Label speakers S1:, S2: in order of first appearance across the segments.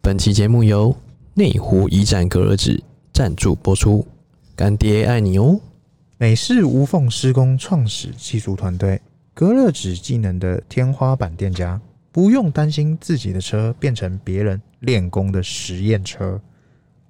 S1: 本期节目由内湖一站隔热纸赞助播出，干爹爱你哦！
S2: 美式无缝施工创始技术团队，隔热纸技能的天花板店家，不用担心自己的车变成别人练功的实验车。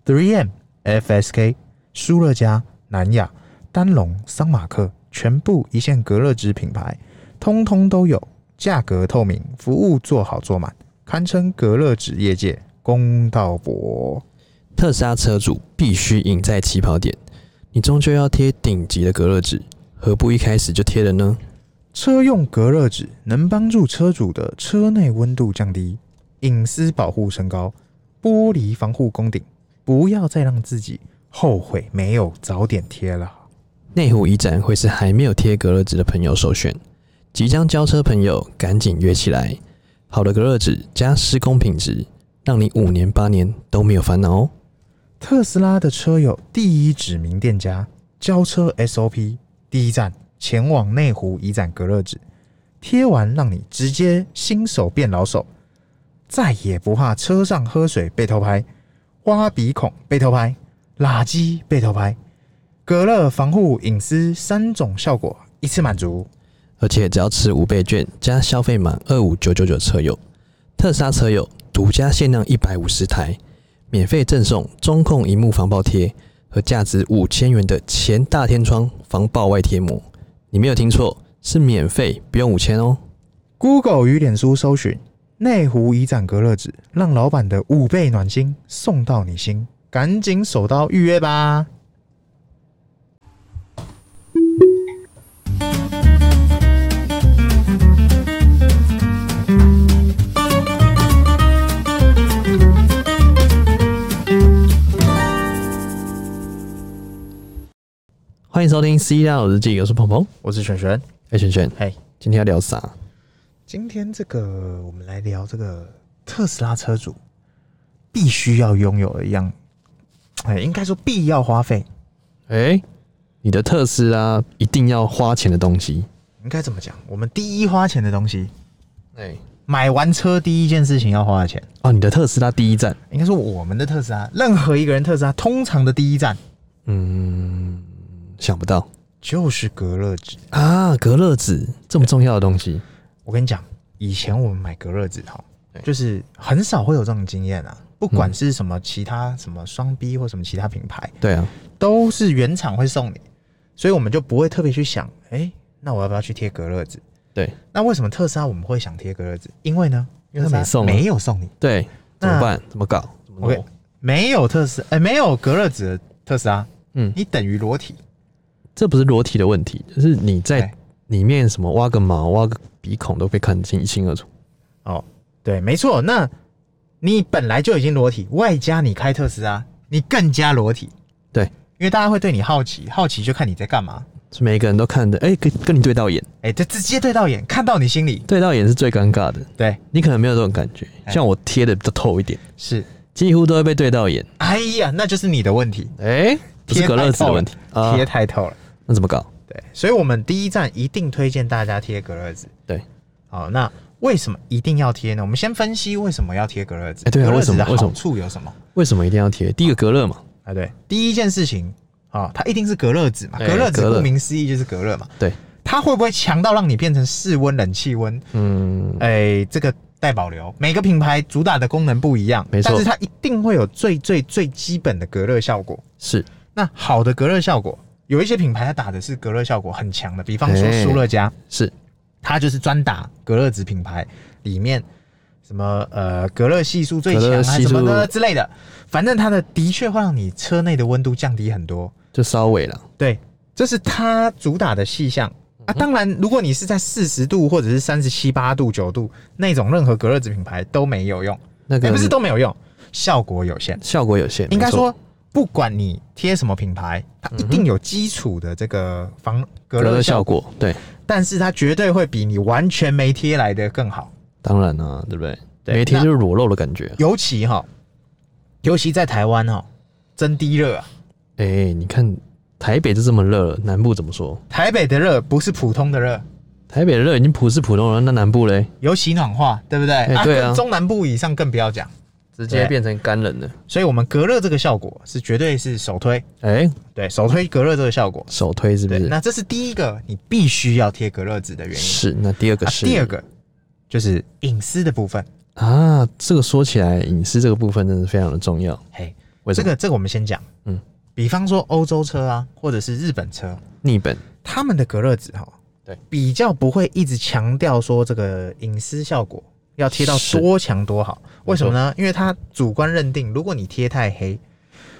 S2: 3M、FSK、舒乐家、南亚、丹龙、桑马克，全部一线隔热纸品牌，通通都有，价格透明，服务做好做满，堪称隔热纸业界公道伯。
S1: 特斯拉车主必须赢在起跑点，你终究要贴顶级的隔热纸，何不一开始就贴了呢？
S2: 车用隔热纸能帮助车主的车内温度降低，隐私保护升高，玻璃防护功顶，不要再让自己后悔没有早点贴了。
S1: 内湖一站会是还没有贴隔热纸的朋友首选，即将交车朋友赶紧约起来。好的隔热纸加施工品质，让你五年八年都没有烦恼哦。
S2: 特斯拉的车友第一指名店家，交车 SOP 第一站前往内湖一展隔热纸，贴完让你直接新手变老手，再也不怕车上喝水被偷拍、挖鼻孔被偷拍、垃圾被偷拍，隔热、防护、隐私三种效果一次满足。
S1: 而且只要持五倍券加消费满二五九九九车友，特斯拉车友独家限量一百五十台，免费赠送中控荧幕防爆贴和价值五千元的前大天窗防爆外贴膜。你没有听错，是免费，不用五千哦。
S2: Google 与脸书搜寻内湖一展隔热纸，让老板的五倍暖心送到你心，赶紧手刀预约吧！
S1: 欢迎收听《C 料日记》，我是鹏鹏，
S2: 我是璇璇，
S1: 哎，璇璇，
S2: 嘿，
S1: 今天要聊啥？
S2: 今天这个我们来聊这个特斯拉车主必须要拥有的一样，哎，应该说必要花费，
S1: 哎、你的特斯拉一定要花钱的东西。
S2: 应该怎么讲？我们第一花钱的东西，
S1: 哎、
S2: 买完车第一件事情要花的钱，
S1: 哦，你的特斯拉第一站，
S2: 应该说我们的特斯拉，任何一个人特斯拉通常的第一站
S1: 嗯，想不到
S2: 就是隔热纸。
S1: 啊，隔热纸这么重要的东西。
S2: 我跟你讲，以前我们买隔热纸哈
S1: 对，
S2: 就是很少会有这种经验啊。不管是什么其他什么双 B 或什么其他品牌，
S1: 对啊，
S2: 都是原厂会送你，所以我们就不会特别去想，哎、那我要不要去贴隔热纸？
S1: 对
S2: 那为什么特斯拉我们会想贴隔热纸？因为呢，因为
S1: 它没
S2: 特斯拉
S1: 送啊
S2: 没有送你，
S1: 对，怎么
S2: 那
S1: 办？怎么搞？怎么弄
S2: OK 没有特斯，哎、没有隔热纸的特斯拉，
S1: 嗯
S2: 你等于裸体。
S1: 这不是裸体的问题，就是你在
S2: 对
S1: 里面什么挖个毛、挖个鼻孔都被看清一清二楚。
S2: 哦，对，没错，那你本来就已经裸体，外加你开特斯拉，你更加裸体。
S1: 对，
S2: 因为大家会对你好奇，好奇就看你在干嘛。
S1: 是每个人都看的，哎、跟跟你对到眼，
S2: 哎、这直接对到眼，看到你心里。
S1: 对到眼是最尴尬的。
S2: 对，
S1: 你可能没有这种感觉，
S2: 哎
S1: 像我贴的比较透一点，
S2: 是。
S1: 几乎都会被对到眼。
S2: 哎呀，那就是你的问题，
S1: 哎、不是
S2: 贴
S1: 隔热纸的问题啊
S2: 太透了贴太透了。
S1: 那怎么搞？
S2: 对，所以我们第一站一定推荐大家贴隔热纸。
S1: 对，
S2: 好，那为什么一定要贴呢？我们先分析为什么要贴隔热纸。
S1: 哎对啊
S2: 隔热纸
S1: 为
S2: 的
S1: 什么为什么
S2: 好处有什么？
S1: 为什么一定要贴？第一个隔热嘛，
S2: 啊，对，第一件事情啊、它一定是隔热纸嘛，
S1: 哎
S2: 隔热纸
S1: 隔热
S2: 顾名思义就是隔热嘛。
S1: 对，
S2: 它会不会强到让你变成室温、冷气温？
S1: 嗯，
S2: 哎、这个待保留。每个品牌主打的功能不一样，
S1: 没错
S2: 但是它一定会有最最最基本的隔热效果。
S1: 是
S2: 那好的隔热效果，有一些品牌它打的是隔热效果很强的，比方说
S1: 哎
S2: 舒乐家，
S1: 是，
S2: 它就是专打隔热纸品牌里面什么呃隔热系数最
S1: 隔
S2: 强
S1: 热
S2: 啊
S1: 系
S2: 什么的
S1: 数
S2: 之类的，反正它的的确会让你车内的温度降低很多。
S1: 就稍微啦。
S2: 对，这是它主打的细项啊。
S1: 嗯
S2: 当然，如果你是在四十度或者是三十七八度、九度那种，任何隔热纸品牌都没有用，
S1: 那
S2: 也、
S1: 个
S2: 哎不是都没有用，效果有限。
S1: 效果有限，
S2: 应该
S1: 没错
S2: 说，不管你贴什么品牌，它一定有基础的这个防隔
S1: 隔
S2: 热
S1: 热
S2: 效
S1: 效
S2: 果，
S1: 果，对，
S2: 但是它绝对会比你完全没贴来的更好。
S1: 当然啦、对不对？
S2: 对
S1: 每天
S2: 那
S1: 就是裸露的感觉。
S2: 尤其哈，尤其在台湾哈，真低热啊！
S1: 哎、你看台北就这么热了，南部怎么说？
S2: 台北的热不是普通的热，
S1: 台北的热已经不是普通人，那南部嘞？
S2: 尤其暖化，对不对？
S1: 哎对啊
S2: 跟中南部以上更不要讲。
S1: 直接变成干人了。
S2: 所以我们隔热这个效果是绝对是首推，
S1: 哎、
S2: 对，首推隔热这个效果。
S1: 首推是不
S2: 对，
S1: 是？
S2: 那这是第一个你必须要贴隔热纸的原因。
S1: 是。那第二个
S2: 啊，
S1: 是、
S2: 第二个就是隐私的部分。
S1: 啊，这个说起来，隐私这个部分真的非常的重要。
S2: 嘿，
S1: 为什
S2: 这
S1: 么？
S2: 个这个我们先讲，
S1: 嗯，
S2: 比方说欧洲车啊，或者是日本车，
S1: 逆本
S2: 他们的隔热纸哈，
S1: 对，
S2: 比较不会一直强调说这个隐私效果要贴到
S1: 是
S2: 多强多好，为什么呢？因为它主观认定，如果你贴太黑，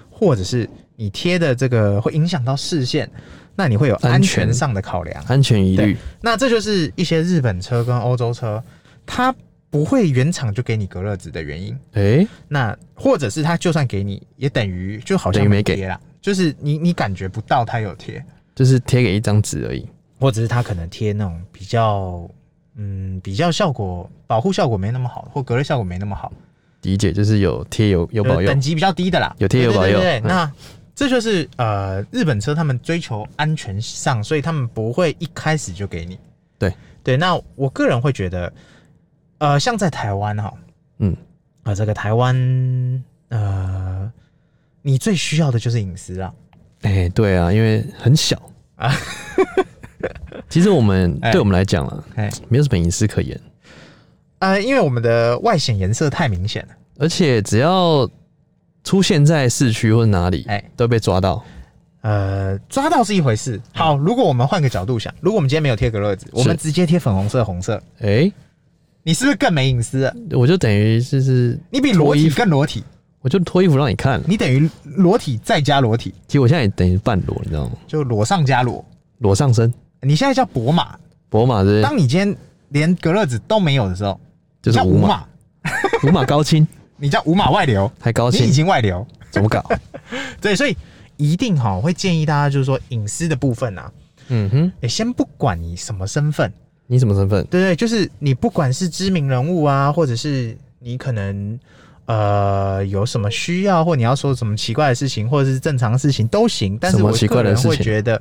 S2: 或者是你贴的这个会影响到视线，那你会有安
S1: 安全
S2: 全上的考量。
S1: 安全疑虑，
S2: 那这就是一些日本车跟欧洲车，它不会原厂就给你隔热纸的原因。
S1: 哎、
S2: 那或者是他就算给你，也等于就好像
S1: 等于没给
S2: 贴啦，就是你你感觉不到他有贴，
S1: 就是贴给一张纸而已。
S2: 或者是他可能贴那种比较嗯比较效果保护效果没那么好，或隔热效果没那么好，
S1: 理解就是有贴有有保
S2: 就是
S1: 佑
S2: 呃等，级比较低的啦，
S1: 有贴有保佑
S2: 对对对对
S1: 嗯
S2: 那这就是呃日本车他们追求安全上，所以他们不会一开始就给你。
S1: 对
S2: 对，那我个人会觉得，呃，像在台湾哈，
S1: 嗯，
S2: 啊、这个台湾呃，你最需要的就是隐私啦。
S1: 哎、对啊，因为很小
S2: 啊
S1: 啊。 其实我们
S2: 哎
S1: 对我们来讲啊，
S2: 哎，
S1: 没有什么隐私可言，
S2: 呃，因为我们的外显颜色太明显了，
S1: 而且只要出现在市区或者哪里，
S2: 哎
S1: 都被抓到。
S2: 呃，抓到是一回
S1: 嗯
S2: 事。好，如果我们换个角度想，如果我们今天没有贴隔热纸，我们直接贴粉红色、红色，
S1: 哎、
S2: 你是不是更没隐私了？
S1: 我就等于就是，
S2: 你比裸
S1: 脱衣
S2: 体
S1: 服
S2: 更裸体，
S1: 我就脱衣服让你看。
S2: 你等于裸体再加裸体，
S1: 其实我现在也等于半裸，你知道吗？
S2: 就裸上加裸。
S1: 裸上身，
S2: 你现在叫博马，
S1: 博马是
S2: 当你今天连隔热纸都没有的时候，
S1: 就
S2: 你
S1: 是
S2: 叫
S1: 无
S2: 无
S1: 码，
S2: 码，
S1: 无码高 清，
S2: 你叫无码外流，
S1: 还高
S2: 你已
S1: 清，
S2: 经外流。
S1: 怎么 搞？
S2: 对，所以一定哈，我会建议大家就是说隐私的部分啊，
S1: 嗯哼，
S2: 你先不管你什么身份，
S1: 你什么身份？
S2: 对对，就是你不管是知名人物啊，或者是你可能呃有什么需要，或你要说什么奇怪的事情，或者是正常的事情都行。但是
S1: 什么
S2: 我
S1: 奇怪
S2: 个
S1: 的
S2: 人
S1: 事情
S2: 会觉得，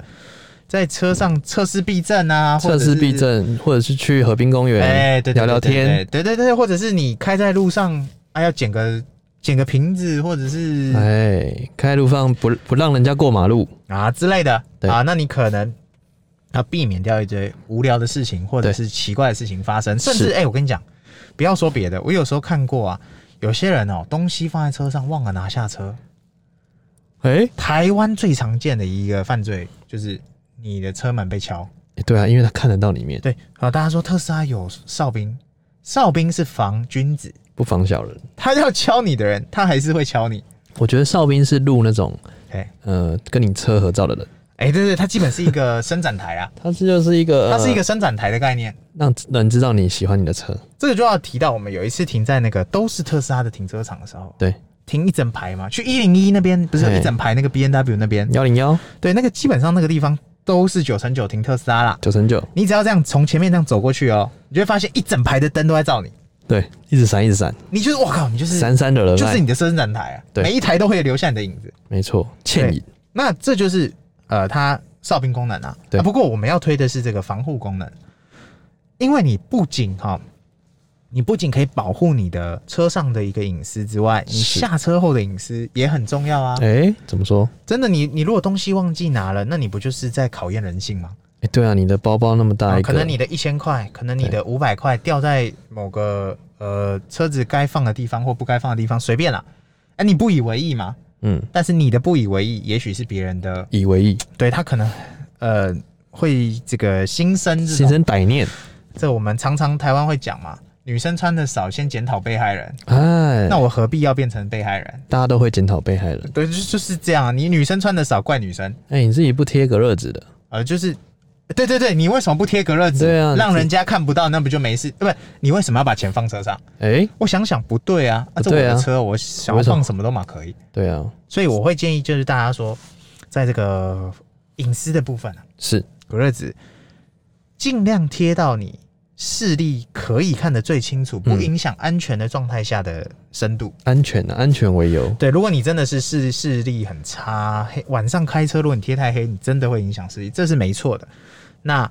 S2: 在车上测试避震啊，或
S1: 测
S2: 者
S1: 试
S2: 是
S1: 避，震，或者是去河滨公园、
S2: 哎，对对对
S1: 聊聊天，，
S2: 对对对对，或者是你开在路上，啊要捡个捡个瓶子，或者是
S1: 哎，开路放不不让人家过马路，
S2: 啊之类的
S1: 对
S2: 啊，那你可能要避免掉一堆无聊的事情或者
S1: 对
S2: 是奇怪的事情发生，甚至
S1: 是
S2: 哎、我跟你讲，不要说别的，我有时候看过啊，有些人哦，东西放在车上忘了拿下车，
S1: 哎、
S2: 台湾最常见的一个犯罪就是你的车门被敲，
S1: 对啊，因为他看得到里面，
S2: 对，好、大家说特斯拉有哨兵，哨兵是防君子，
S1: 不防小人。
S2: 他要敲你的人，他还是会敲你，
S1: 我觉得哨兵是录那种
S2: 哎、
S1: 呃跟你车合照的人，
S2: 哎、对对，他基本是一个伸展台啊，
S1: 他这就是一个，
S2: 它是 一
S1: 呃
S2: 个伸展台的概念。
S1: 让人知道你喜欢你的车，
S2: 这个就要提到我们有一次停在那个都是特斯拉的停车场的时候，
S1: 对，
S2: 停一整排嘛，去一零一那边不是有
S1: 嘿
S2: 一整排那个 B N W 那边，
S1: 幺零幺
S2: 对，那个基本上那个地方都是九乘九停特斯拉啦。
S1: 九乘九，
S2: 你只要这样从前面这样走过去哦，你就会发现一整排的灯都在照你，
S1: 对，一直闪一直闪，
S2: 你就是我靠，你就是
S1: 闪闪惹人
S2: 就是
S1: 爱，
S2: 你的伸展台啊，
S1: 对
S2: 每一台都会留下你的影子。
S1: 没错，倩影，
S2: 那这就是呃，它哨兵功能啊。
S1: 对
S2: 啊不过我们要推的是这个防护功能，因为你不仅哈、你不仅可以保护你的车上的一个隐私之外，你
S1: 是
S2: 下车后的隐私也很重要啊。
S1: 哎、怎么说？
S2: 真的，你你如果东西忘记拿了，那你不就是在考验人性吗？
S1: 哎、对啊，你的包包那么大
S2: 啊
S1: 一个，
S2: 可能你的一千块，可能你的五百块掉在某个呃车子该放的地方或不该放的地方，随便啦。哎、你不以为意嘛？
S1: 嗯，
S2: 但是你的不以为意，也许是别人的
S1: 以为意，
S2: 对他可能呃会这个心生这
S1: 心
S2: 种，
S1: 生歹念，
S2: 这我们常常台湾会讲嘛，女生穿的少，先检讨被害人，
S1: 哎，
S2: 那我何必要变成被害人？
S1: 大家都会检讨被害人。
S2: 对，就就是这样啊，你女生穿的少怪女生，
S1: 哎、你自己不贴隔热纸的，
S2: 呃，就是。对对对，你为什么不贴隔热纸？
S1: 对啊
S2: 让人家看不到，那不就没事？呃不，你为什么要把钱放车上？
S1: 哎、
S2: 我想想不对啊，啊
S1: 不
S2: 这我
S1: 对啊
S2: 的车，我想要
S1: 为什么
S2: 放什么都嘛可以。
S1: 对啊，
S2: 所以我会建议就是大家说，在这个隐私的部分啊，
S1: 是
S2: 隔热纸，尽量贴到你视力可以看得最清楚、不
S1: 嗯
S2: 影响安全的状态下的深度。
S1: 安全啊的、安全为由，
S2: 对，如果你真的是视视力很差，黑晚上开车，如果你贴太黑，你真的会影响视力，这是没错的。那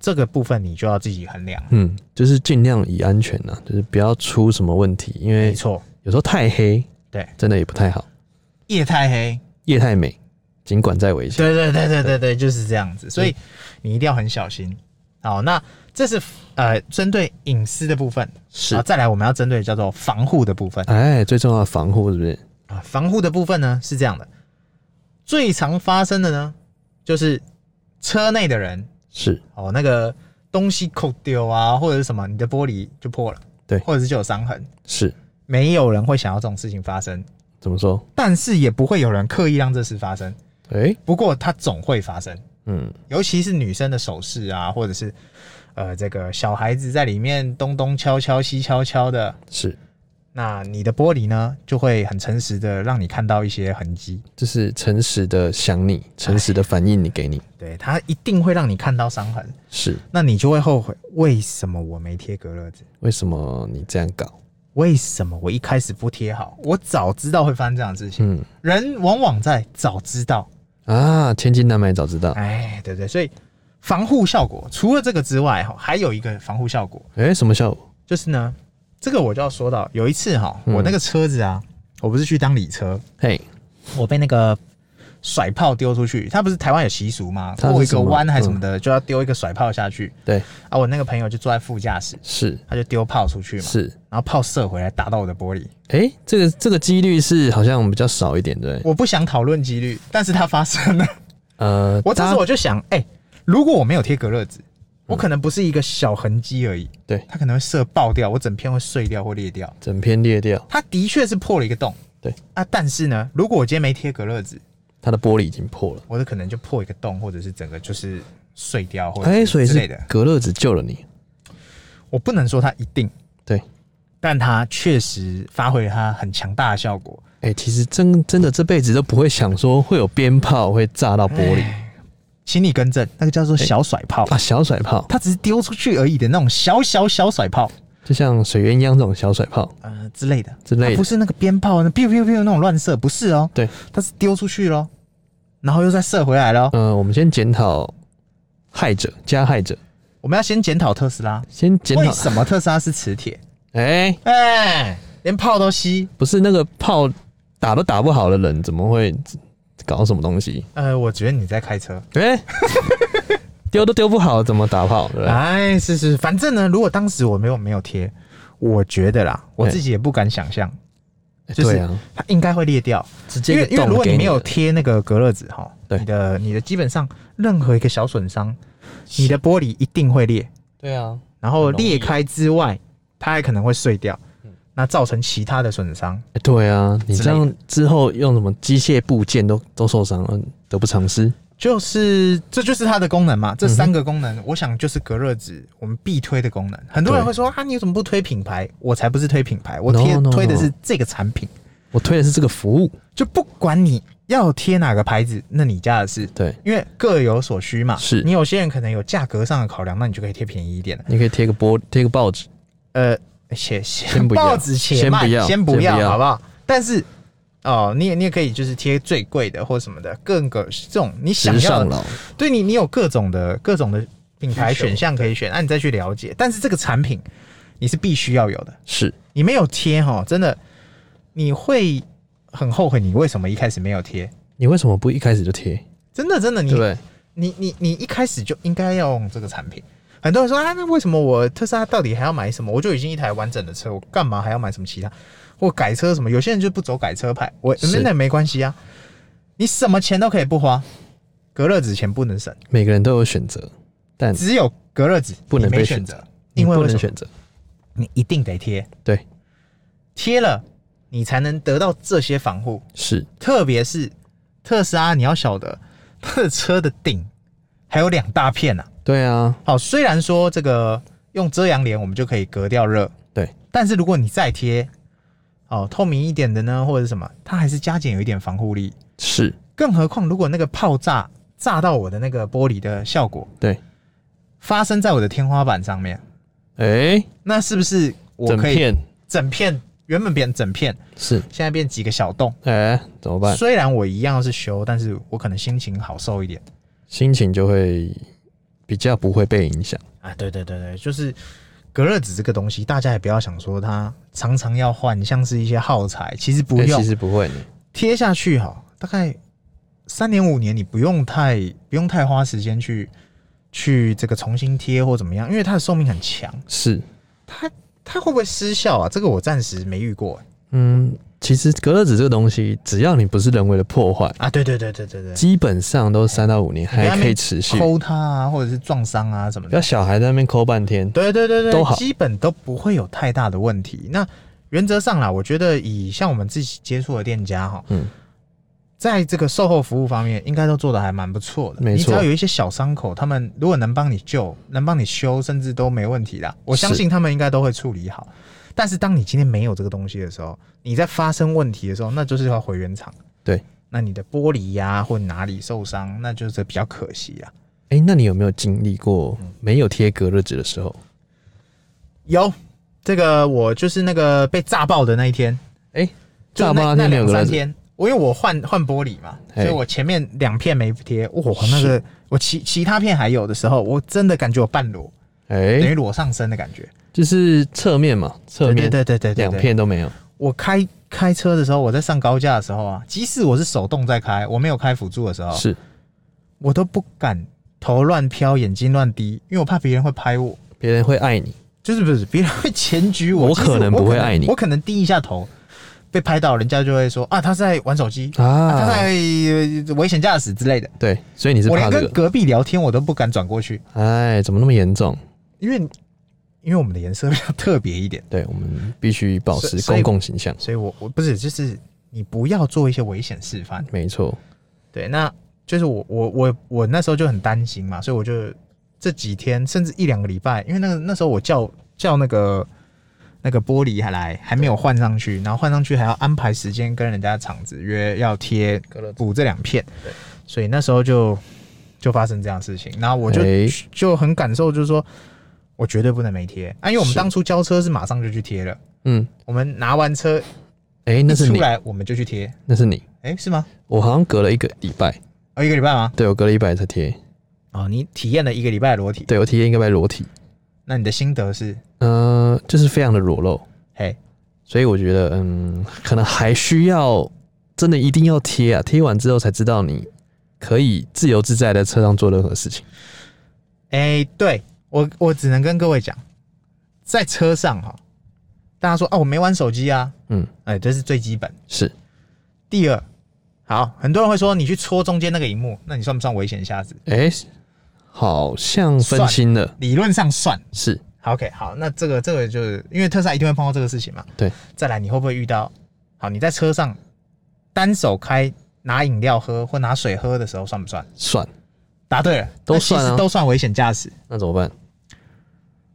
S2: 这个部分你就要自己衡量，
S1: 嗯，就是尽量以安全呐、啊，就是不要出什么问题，因
S2: 没
S1: 为
S2: 错，
S1: 有时候太黑，
S2: 对，
S1: 真的也不太好。
S2: 夜太黑，
S1: 夜太美，尽管在危险。
S2: 对对对对对对，就是这样子，所以你一定要很小心。好，那这是呃针对隐私的部分，
S1: 是
S2: 好，再来我们要针对叫做防护的部分
S1: 哎，最重要的防护是不是？
S2: 啊，防护的部分呢是这样的，最常发生的呢就是车内的人
S1: 是
S2: 哦，那个东西扣丢啊，或者是什么，你的玻璃就破了，
S1: 对
S2: 或者是就有伤痕，
S1: 是，
S2: 没有人会想要这种事情发生，
S1: 怎么说？
S2: 但是也不会有人刻意让这事发生，
S1: 哎、
S2: 不过它总会发生。
S1: 嗯，
S2: 尤其是女生的首饰啊，或者是呃这个小孩子在里面东东敲敲西敲敲的，
S1: 是，
S2: 那你的玻璃呢就会很诚实的让你看到一些痕迹，
S1: 这是诚实的想你，诚实的反应你给你，
S2: 对，它一定会让你看到伤痕，
S1: 是
S2: 那你就会后悔，为什么我没贴隔热纸？
S1: 为什么你这样搞？
S2: 为什么我一开始不贴好？我早知道会发生这样的事情。
S1: 嗯
S2: 人往往在早知道，
S1: 啊，千金难买早知道。
S2: 哎，对不对？所以防护效果除了这个之外，哈，还有一个防护效果，
S1: 哎、什么效果？
S2: 就是呢，这个我就要说到，有一次哈，
S1: 嗯
S2: 我那个车子啊，我不是去当礼车，
S1: 嘿，
S2: 我被那个甩炮丢出去。它不是台湾有习俗吗？
S1: 它是
S2: 过一个弯
S1: 什么
S2: 还是什么嗯的，就要丢一个甩炮下去
S1: 对，
S2: 啊。我那个朋友就坐在副驾驶，
S1: 是
S2: 他就丢炮出去嘛，
S1: 是，
S2: 然后炮射回来打到我的玻璃。
S1: 哎、这个这个几率是好像比较少一点，对不对？
S2: 我不想讨论几率，但是它发生了。
S1: 呃，
S2: 我这
S1: 大
S2: 时
S1: 家
S2: 候我就想，哎、如果我没有贴隔热
S1: 嗯
S2: 纸，我可能不是一个小痕迹而已，
S1: 对
S2: 它可能会射爆掉，我整片会碎掉或裂掉。
S1: 整篇裂掉，
S2: 它的确是破了一个洞，
S1: 对
S2: 啊，但是呢，如果我今天没贴隔热纸，
S1: 它的玻璃已经破了。
S2: 我的可能就破一个洞，或者是整个就是碎掉，或者
S1: 哎、所以
S2: 之类
S1: 是
S2: 的。
S1: 隔热纸救了你。
S2: 我不能说它一定，
S1: 对，
S2: 但它确实发挥了它很强大的效果。
S1: 哎、其实真真的这辈子都不会想说会有鞭炮会炸到玻璃
S2: 哎请你更正，那个叫做小甩炮，
S1: 啊，小甩炮，
S2: 它只是丢出去而已的那种小小小甩炮。
S1: 就像水鸳鸯这种小甩炮，
S2: 呃之类的
S1: 之类的
S2: 它不是那个鞭炮，那 biu biu biu 那种乱射，不是哦，
S1: 对，
S2: 它是丢出去咯，然后又再射回来咯。
S1: 呃，我们先检讨害者加害者，
S2: 我们要先检讨特斯拉，
S1: 先检
S2: 为
S1: 讨，
S2: 什么特斯拉是磁 铁？
S1: 哎、
S2: 哎、连炮都吸。
S1: 不是那个炮打都打不好的人，怎么会搞什么东西？
S2: 呃，我觉得你在开车。
S1: 哎、 丢都丢不好，怎么打炮？对不对？
S2: 哎，是是，反正呢，如果当时我没有没有贴，我觉得啦，我自己也不敢想象，
S1: 哎
S2: 就是
S1: 对啊，
S2: 它应该会裂掉。
S1: 直
S2: 因
S1: 接
S2: 为
S1: 一
S2: 因
S1: 个
S2: 为
S1: 洞
S2: 如果
S1: 给
S2: 你没有
S1: 了
S2: 贴那个隔热纸哈，
S1: 对
S2: 你的你的基本上任何一个小损伤，你的玻璃一定会裂。
S1: 对啊，
S2: 然后裂开之外，它还可能会碎掉，
S1: 嗯
S2: 那造成其他的损伤。
S1: 哎对啊，你
S2: 之
S1: 这
S2: 类的
S1: 样之后用什么机械部件都都受伤，嗯，得不偿失。
S2: 就是这就是它的功能嘛，
S1: 嗯
S2: 这
S1: 哼
S2: 三个功能，我想就是隔热纸我们必推的功能。很多人
S1: 对
S2: 会说啊，你怎么不推品牌？我才不是推品牌，我
S1: No,
S2: 贴
S1: no,
S2: 推的
S1: no
S2: 是这个产品。
S1: 我推的是这个服务，
S2: 就不管你要贴哪个牌子，那你家的事，
S1: 对，
S2: 因为各有所需嘛。
S1: 是
S2: 你有些人可能有价格上的考量，那你就可以贴便宜一点的。
S1: 你可以贴个玻贴个报纸，
S2: 呃，写写
S1: 先不要
S2: 报纸且
S1: 先
S2: 卖，
S1: 不要
S2: 先不
S1: 先不
S2: 要，
S1: 要
S2: 好不好？但是哦，你也你也可以就是贴最贵的或什么的，各个这种你想
S1: 时
S2: 要
S1: 尚
S2: 的，
S1: 佬，
S2: 对你你有各种的各种的品牌
S1: 需求
S2: 选项可以选，那、你再去了解。但是这个产品你是必须要有的，
S1: 是
S2: 你没有贴哈，真的你会很后悔你为什么一开始没有贴。
S1: 你为什么不一开始就贴？
S2: 真的，真的，
S1: 对啊
S2: 你
S1: 不对？
S2: 你你你一开始就应该要用这个产品。很多人说啊，那为什么我特斯拉到底还要买什么？我就已经一台完整的车，我干嘛还要买什么其他？或改车什么？有些人就不走改车派，我
S1: 是
S2: 那没关系啊，你什么钱都可以不花，隔热纸钱不能省，
S1: 每个人都有选择，但
S2: 只有隔热纸
S1: 嗯不能
S2: 你没
S1: 被
S2: 选
S1: 选
S2: 择，
S1: 你
S2: 因为
S1: 不
S2: 为
S1: 能
S2: 什么
S1: 选择。
S2: 你一定得贴，
S1: 对，
S2: 贴了你才能得到这些防护，
S1: 是
S2: 特别是特斯拉，你要晓得它的车的顶还有两大片啊。
S1: 对啊，
S2: 好，虽然说这个用遮阳帘我们就可以隔掉热，
S1: 对，
S2: 但是如果你再贴哦透明一点的呢，或者是什么，它还是加减有一点防护力。
S1: 是，
S2: 更何况如果那个炮炸炸到我的那个玻璃的效果
S1: 对，
S2: 发生在我的天花板上面，
S1: 哎、
S2: 那是不是我
S1: 整
S2: 可以
S1: 片
S2: 整片原本变整片，
S1: 是，
S2: 现在变几个小洞？
S1: 哎、怎么办？
S2: 虽然我一样是修，但是我可能心情好受一点。
S1: 心情就会比较不会被影响。
S2: 哎啊，对对对对，就是隔热纸这个东西，大家也不要想说它常常要换，像是一些耗材，其实不
S1: 哎
S2: 用
S1: 其实不会呢，
S2: 贴下去哈，大概三年五年，你不用太不用太花时间去去这个重新贴或怎么样，因为它的寿命很强。
S1: 是，
S2: 它它会不会失效啊？这个我暂时没遇过、欸
S1: 嗯，其实隔热纸这个东西，只要你不是人为的破坏，
S2: 啊。对对对对对对，
S1: 基本上都三到五年还可以持续。
S2: 抠它啊，或者是撞伤啊什么
S1: 不要
S2: 的。
S1: 小孩在那边抠半天，
S2: 对对对对，
S1: 都好
S2: 基本都不会有太大的问题。那原则上啦，我觉得以像我们自己接触的店家哈，
S1: 嗯，
S2: 在这个售后服务方面，应该都做的还蛮不错的。
S1: 没错
S2: 你只要有一些小伤口，他们如果能帮你救、能帮你修，甚至都没问题啦。我相信他们应该都会处理好。但是当你今天没有这个东西的时候，你在发生问题的时候，那就是要回原厂。
S1: 对，
S2: 那你的玻璃呀、或哪里受伤，那就是比较可惜啊。
S1: 哎、那你有没有经历过没有贴隔热纸的时候？
S2: 有这个，我就是那个被炸爆的那一天，
S1: 哎、
S2: 就
S1: 炸
S2: 是
S1: 爆
S2: 那
S1: 那天没有
S2: 两
S1: 隔热
S2: 三
S1: 纸，
S2: 天，我因为我换换玻璃嘛，
S1: 嘿
S2: 所以我前面两片没贴，哇，
S1: 是
S2: 那个我其其他片还有的时候，我真的感觉我半裸，
S1: 哎、
S2: 等于裸上身的感觉。
S1: 就是侧面嘛，侧
S2: 对
S1: 面
S2: 对对对对，对
S1: 两。片都没有。
S2: 我开开车的时候，我在上高架的时候啊，即使我是手动在开，我没有开辅助的时候，
S1: 是，
S2: 我都不敢头乱飘，眼睛乱滴，因为我怕别人会拍我。
S1: 别人会爱你，
S2: 就是不是别人会检举我，
S1: 我
S2: 其实
S1: 可能不会爱你
S2: 我可能低一下头被拍到，人家就会说啊，他在玩手机，啊他在
S1: 啊，
S2: 呃危险驾驶之类的。
S1: 对，所以你是
S2: 我
S1: 怕
S2: 连
S1: 这
S2: 跟
S1: 个？
S2: 隔壁聊天我都不敢转过去，
S1: 哎，怎么那么严重？
S2: 因为因为我们的颜色比较特别一点，
S1: 对我们必须保持
S2: 所所以
S1: 公共形象，
S2: 所以我我不是就是你不要做一些危险示范。
S1: 没错，
S2: 对，那就是我我我我那时候就很担心嘛，所以我就这几天甚至一两个礼拜，因为那个那时候我叫叫那个那个玻璃还来还没有换上去，然后换上去还要安排时间跟人家厂子约要贴补这两片，所以那时候就就发生这样的事情，然后我就、
S1: 哎
S2: 就很感受，就是说我绝对不能没贴啊，因为我们
S1: 是
S2: 当初交车是马上就去贴了，
S1: 嗯，
S2: 我们拿完车
S1: 哎、
S2: 一
S1: 那是
S2: 出
S1: 你，
S2: 来我们就去贴，
S1: 那是你，
S2: 哎、是吗？
S1: 我好像隔了一个礼拜，
S2: 哦，一个礼拜吗？
S1: 对我隔了一百才贴，
S2: 哦，你体验了一个礼拜的裸体，
S1: 对我体验应该被裸体，
S2: 那你的心得是？
S1: 嗯、就是非常的裸露，
S2: 嘿，
S1: 所以我觉得，嗯，可能还需要真的一定要贴啊，贴完之后才知道你可以自由自在地在车上做任何事情。
S2: 哎、对我我只能跟各位讲，在车上哈，大家说啊，我没玩手机啊，
S1: 嗯，
S2: 哎、这是最基本。
S1: 是，
S2: 第二，好，很多人会说你去戳中间那个荧幕，那你算不算危险瞎子？
S1: 哎、好像分心了，
S2: 理论上算。
S1: 是
S2: 好 OK，好，那这个这个就是因为特斯拉一定会碰到这个事情嘛。
S1: 对。
S2: 再来，你会不会遇到？好，你在车上单手开拿饮料喝或拿水喝的时候，算不算？
S1: 算，
S2: 答对了，
S1: 都
S2: 那其实
S1: 算啊
S2: 都算危险驾驶。
S1: 那怎么办？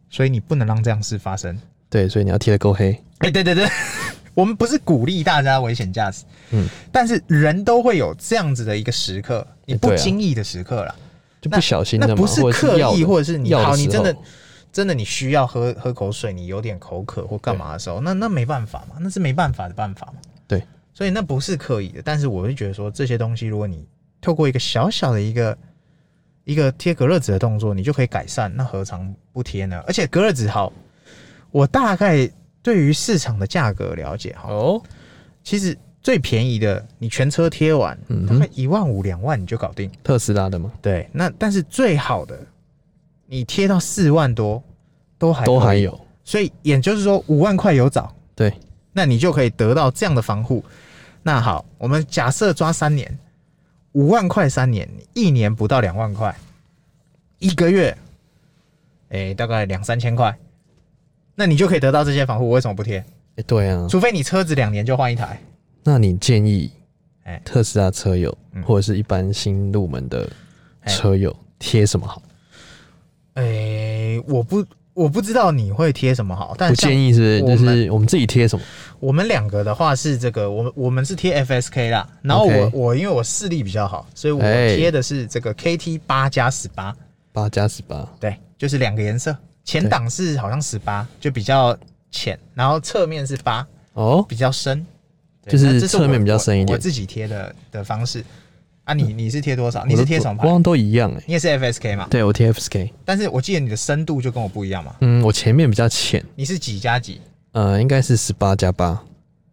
S2: 所以你不能让这样事发生。
S1: 对，所以你要贴的够黑，
S2: 哎、对对对， 我们不是鼓励大家危险驾驶，
S1: 嗯，
S2: 但是人都会有这样子的一个时刻，你不
S1: 对啊
S2: 经意的时刻啦。
S1: 就不小心的
S2: 那
S1: 嘛，
S2: 不是
S1: 或者
S2: 刻
S1: 要
S2: 意，
S1: 的
S2: 或者是你
S1: 要的
S2: 好，你
S1: 时
S2: 真的
S1: 候
S2: 真的你需要喝喝口水，你有点口渴或干嘛的时候，那那没办法嘛，那是没办法的办法嘛。
S1: 对，
S2: 所以那不是刻意的，但是我会觉得说这些东西，如果你透过一个小小的一个一个贴隔热纸的动作，你就可以改善，那何尝不贴呢？而且隔热纸好，我大概对于市场的价格了解哈，
S1: 哦，
S2: 其实最便宜的你全车贴完，
S1: 嗯
S2: 大
S1: 哼
S2: 概一万五两万你就搞定。
S1: 特斯拉的嘛，
S2: 对，那但是最好的，你贴到四万多都还
S1: 都
S2: 可
S1: 还
S2: 以，
S1: 有，
S2: 所以也就是说五万块有找，
S1: 对，
S2: 那你就可以得到这样的防护。那好，我们假设抓三年，五万块三年，一年不到两万块，一个月，诶、大概两三千块，那你就可以得到这些防护。为什么不贴？
S1: 哎对啊，
S2: 除非你车子两年就换一台。
S1: 那你建议
S2: 哎，
S1: 特斯拉车友
S2: 嗯哎
S1: 或者是一般新入门的车友贴什么好？
S2: 诶、我不我不知道你会贴什么好，但
S1: 不
S2: 像
S1: 建议是不
S2: 我
S1: 是？就
S2: 们
S1: 是我们自己贴什么？
S2: 我们两个的话是这个，我们我们是贴 FSK 啦，然后我
S1: OK
S2: 我因为我视力比较好，所以我
S1: 哎
S2: 贴的是这个 KT 八加十八，
S1: 八加十八，
S2: 对，就是两个颜色，前挡是好像十八，就比较浅，然后侧面是八，
S1: 哦，
S2: 比较深，对
S1: 就是
S2: 那这我
S1: 侧面比较深一点
S2: 我我自己贴的的方式，啊你，你是贴多少？
S1: 我
S2: 你
S1: 都
S2: 是贴什么
S1: 我好
S2: 牌？
S1: 像都一样哎、
S2: 你也是 FSK 嘛？
S1: 对我 T F S K，
S2: 但是我记得你的深度就跟我不一样嘛。
S1: 嗯，我前面比较浅，
S2: 你是几加几？
S1: 呃，应该是十八加八，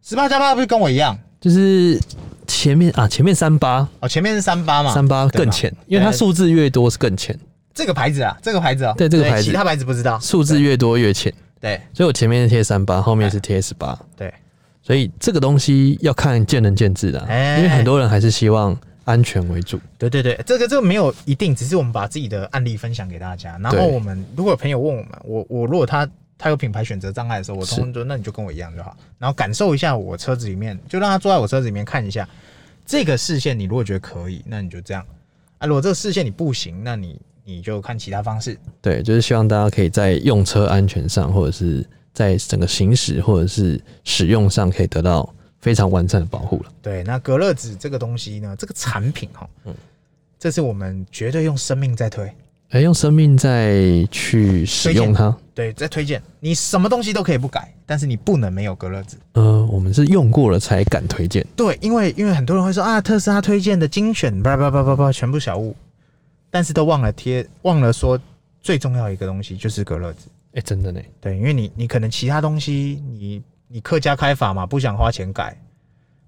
S2: 十八加八不是跟我一样？
S1: 就是前面啊，前面三八
S2: 哦，前面是三八嘛。
S1: 三八
S2: 对嘛
S1: 更浅，因为它
S2: 对
S1: 数字越多是更浅，
S2: 这个牌子啊，这个牌子哦。
S1: 对这个牌子
S2: 其他牌子不知道。
S1: 数字越多越浅，
S2: 对
S1: 所以我前面是贴三八，后面
S2: 哎
S1: 是贴十八，
S2: 对，
S1: 所以这个东西要看见仁见智的啊、
S2: 哎
S1: 因为很多人还是希望安全为主。
S2: 对对对，这个这个没有一定，只是我们把自己的案例分享给大家。然后
S1: 对
S2: 我们如果有朋友问我们，我我如果他他有品牌选择障碍的时候，我通常就那你就跟我一样就好，然后感受一下我车子里面，就让他坐在我车子里面看一下这个视线。你如果觉得可以，那你就这样啊；如果这个视线你不行，那你你就看其他方式。
S1: 对，就是希望大家可以在用车安全上，或者是在整个行驶或者是使用上，可以得到非常完善的保护了。
S2: 对，那隔热纸这个东西呢，这个产品哈，
S1: 嗯
S2: 这是我们绝对用生命在推，
S1: 哎、用生命再去使用它。
S2: 对，在推荐。你什么东西都可以不改，但是你不能没有隔热纸。
S1: 呃，我们是用过了才敢推荐。
S2: 对，因为因为很多人会说啊，特斯拉推荐的精选，叭叭叭叭叭，全部小物，但是都忘了贴，忘了说最重要一个东西就是隔热纸。
S1: 哎、真的呢，
S2: 对，因为你你可能其他东西你你客家开法嘛，不想花钱改，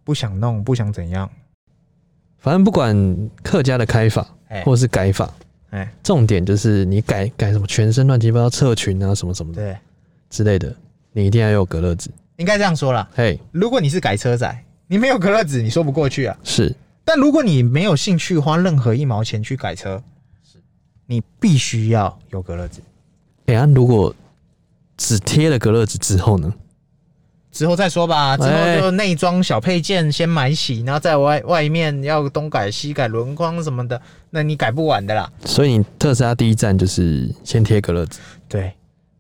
S2: 不想弄，不想怎样，
S1: 反正不管客家的开法
S2: 哎
S1: 或者是改法，
S2: 哎、
S1: 重点就是你改改什么全身乱七八糟侧裙啊什么什么的
S2: 对，
S1: 之类的，你一定要有隔热纸。
S2: 应该这样说啦。
S1: 嘿，
S2: 如果你是改车仔，你没有隔热纸，你说不过去啊。
S1: 是
S2: 但如果你没有兴趣花任何一毛钱去改车，你必须要有隔热纸。
S1: 哎、啊如果只贴了隔热纸之后呢？
S2: 之后再说吧，之后就内装小配件先买起，然后在外外面要东改西改轮框什么的，那你改不完的啦。
S1: 所以你特斯拉第一站就是先贴隔热纸，
S2: 对，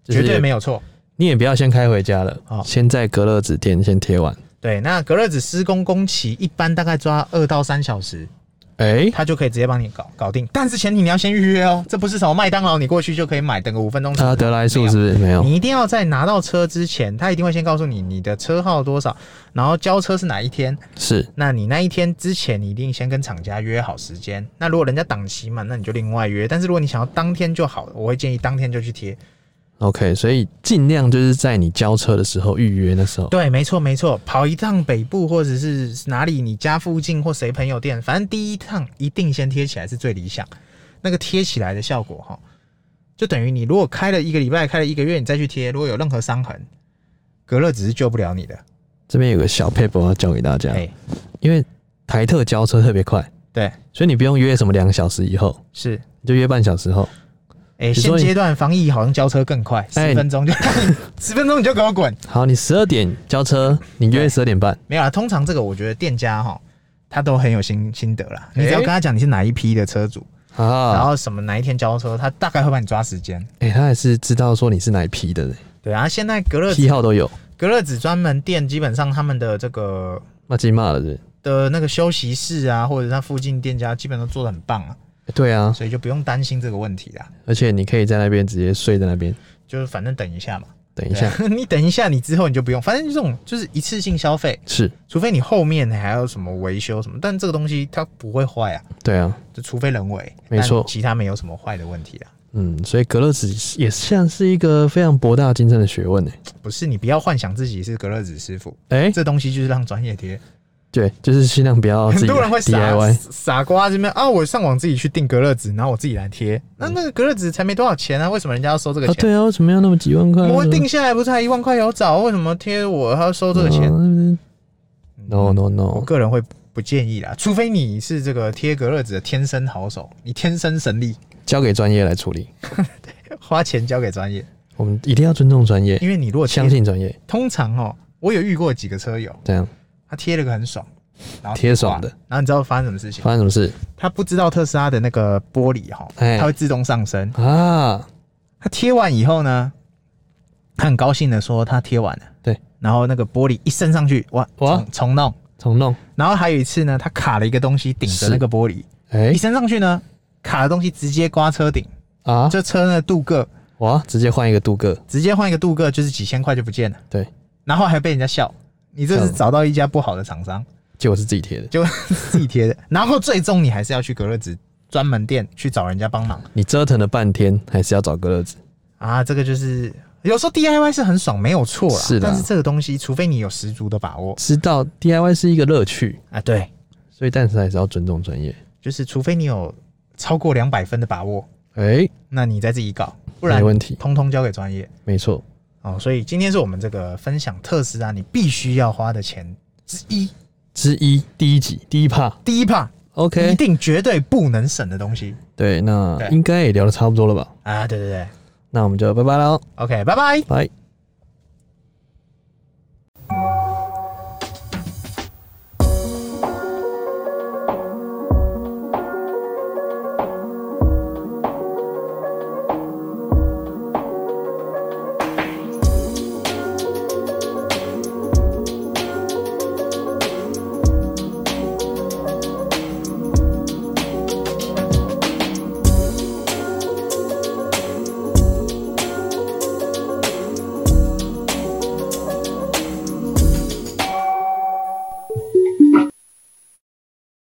S1: 就是
S2: 绝对
S1: 也
S2: 没有哦错。
S1: 你也不要先开回家了，
S2: 好
S1: 先在隔热纸店先贴完。
S2: 对，那隔热纸施工工期一般大概抓二到三小时，
S1: 哎、
S2: 它就可以直接帮你搞搞定。但是前提你要先预约哦，这不是什么麦当劳你过去就可以买，等个五分钟。
S1: 啊，德莱速是不是没有？
S2: 你一定要在拿到车之前，他一定会先告诉你你的车号多少，然后交车是哪一天。
S1: 是
S2: 那你那一天之前，你一定先跟厂家约好时间。那如果人家档期嘛，那你就另外约。但是如果你想要当天就好，我会建议当天就去贴。
S1: OK，所以尽量就是在你交车的时候预约那时候。
S2: 对，没错没错，跑一趟北部或者是哪里你家附近或谁朋友店，反正第一趟一定先贴起来是最理想。那个贴起来的效果哈，就等于你如果开了一个礼拜、开了一个月，你再去贴，如果有任何伤痕，隔热只是救不了你的。
S1: 这边有个小 paper 要教给大家，
S2: 哎，
S1: 因为台特交车特别快，
S2: 对，
S1: 所以你不用约什么两小时以后，
S2: 是。
S1: 你就约半小时后。
S2: 哎、
S1: 你
S2: 现
S1: 说你
S2: 阶段防疫好像交车更快，十、
S1: 哎
S2: 分 钟就十分钟你就给我滚。
S1: 好，你十二点交车，你约
S2: 对
S1: 十二点半。
S2: 没有啦，通常这个我觉得店家哈，他都很有心心得啦。你只要跟他讲你是哪一批的车主，然
S1: 啊，
S2: 后什么哪一天交车，他大概会帮你抓时间。
S1: 哎、他还是知道说你是哪一批的，
S2: 对啊，现在隔热
S1: 批号都有。
S2: 隔热纸专门店基本上他们的这个
S1: 那金骂了是不是、
S2: 的那个休息室啊，或者他附近店家基本都做的很棒啊，
S1: 对啊，
S2: 所以就不用担心这个问题啦。
S1: 而且你可以在那边直接睡在那边，
S2: 就是反正等一下嘛，
S1: 等一
S2: 对
S1: 下
S2: 啊， 你等一下，你之后你就不用，反正这种就是一次性消费，
S1: 是
S2: 除非你后面还有什么维修什么，但这个东西它不会坏啊，
S1: 对啊，
S2: 就除非人为，
S1: 没错
S2: 但其他没有什么坏的问题啊。
S1: 嗯，所以隔热纸也像是一个非常博大精深的学问呢。
S2: 不是你不要幻想自己是隔热纸师傅，
S1: 哎、
S2: 这东西就是让专业贴。
S1: 对，就是尽量不要哦自
S2: 很
S1: 己
S2: 多人会傻
S1: DIY，
S2: 傻瓜这边啊，我上网自己去订隔热纸，然后我自己来贴，那那个隔热纸才没多少钱啊，为什么人家要收这个
S1: 啊，
S2: 钱？
S1: 对啊，为什么要那么几万块？
S2: 我订下来不是还一万块有找，啊为什么贴我还要收这个钱、
S1: 嗯 No
S2: 嗯
S1: no
S2: 我
S1: no，
S2: 个人会不建议啦，除非你是这个贴隔热纸的天生好手，你天生神力，
S1: 交给专业来处理，
S2: 花钱交给专业，
S1: 我们一定要尊重专业，
S2: 因为你如果贴
S1: 相信专业，
S2: 通常哦，我有遇过几个车友，
S1: 这样
S2: 他贴了个很爽，然后
S1: 贴爽的
S2: 挂了，然后你知道发生什么事情？
S1: 发生什么事
S2: 他不知道特斯拉的那个玻璃哈，
S1: 哎
S2: 它会自动上升。
S1: 啊？
S2: 他贴完以后呢，他很高兴的说他贴完了，
S1: 对，
S2: 然后那个玻璃一升上去，哇
S1: 哇
S2: 重重弄。
S1: 重弄，
S2: 然后还有一次呢，他卡了一个东西顶着
S1: 是
S2: 那个玻璃，
S1: 哎、
S2: 一升上去呢，卡的东西直接刮车顶，
S1: 啊，
S2: 这车呢镀铬，
S1: 哇，直接换一个镀铬，
S2: 直接换一个镀铬就是几千块就不见了。
S1: 对，
S2: 然后还被人家笑，你这
S1: 笑
S2: 是
S1: 什么
S2: 找到一家不好的厂商。
S1: 结果是自己贴的，
S2: 就自己贴的。然后最终你还是要去隔热纸专门店去找人家帮忙
S1: 你折腾了半天，还是要找隔热纸。
S2: 啊。这个就是有时候 DIY 是很爽，没有错啦。
S1: 是啦
S2: 但是这个东西，除非你有十足的把握
S1: 知道 DIY 是一个乐趣，
S2: 啊，对，
S1: 所以但是还是要尊重专业。
S2: 就是除非你有超过两百分的把握，
S1: 哎、
S2: 那你再自己搞，不
S1: 没
S2: 然
S1: 问题，
S2: 通通交给专业
S1: 没错，
S2: 哦。所以今天是我们这个分享特斯拉你必须要花的钱之一，
S1: 之一第一集第一趴
S2: 第一怕一
S1: ，OK，
S2: 定绝对不能省的东西
S1: 对，那
S2: 嗯对
S1: 应该也聊得差不多了吧？
S2: 啊！对对对
S1: 那我们就拜拜喽，
S2: ，OK，拜拜。
S1: 拜。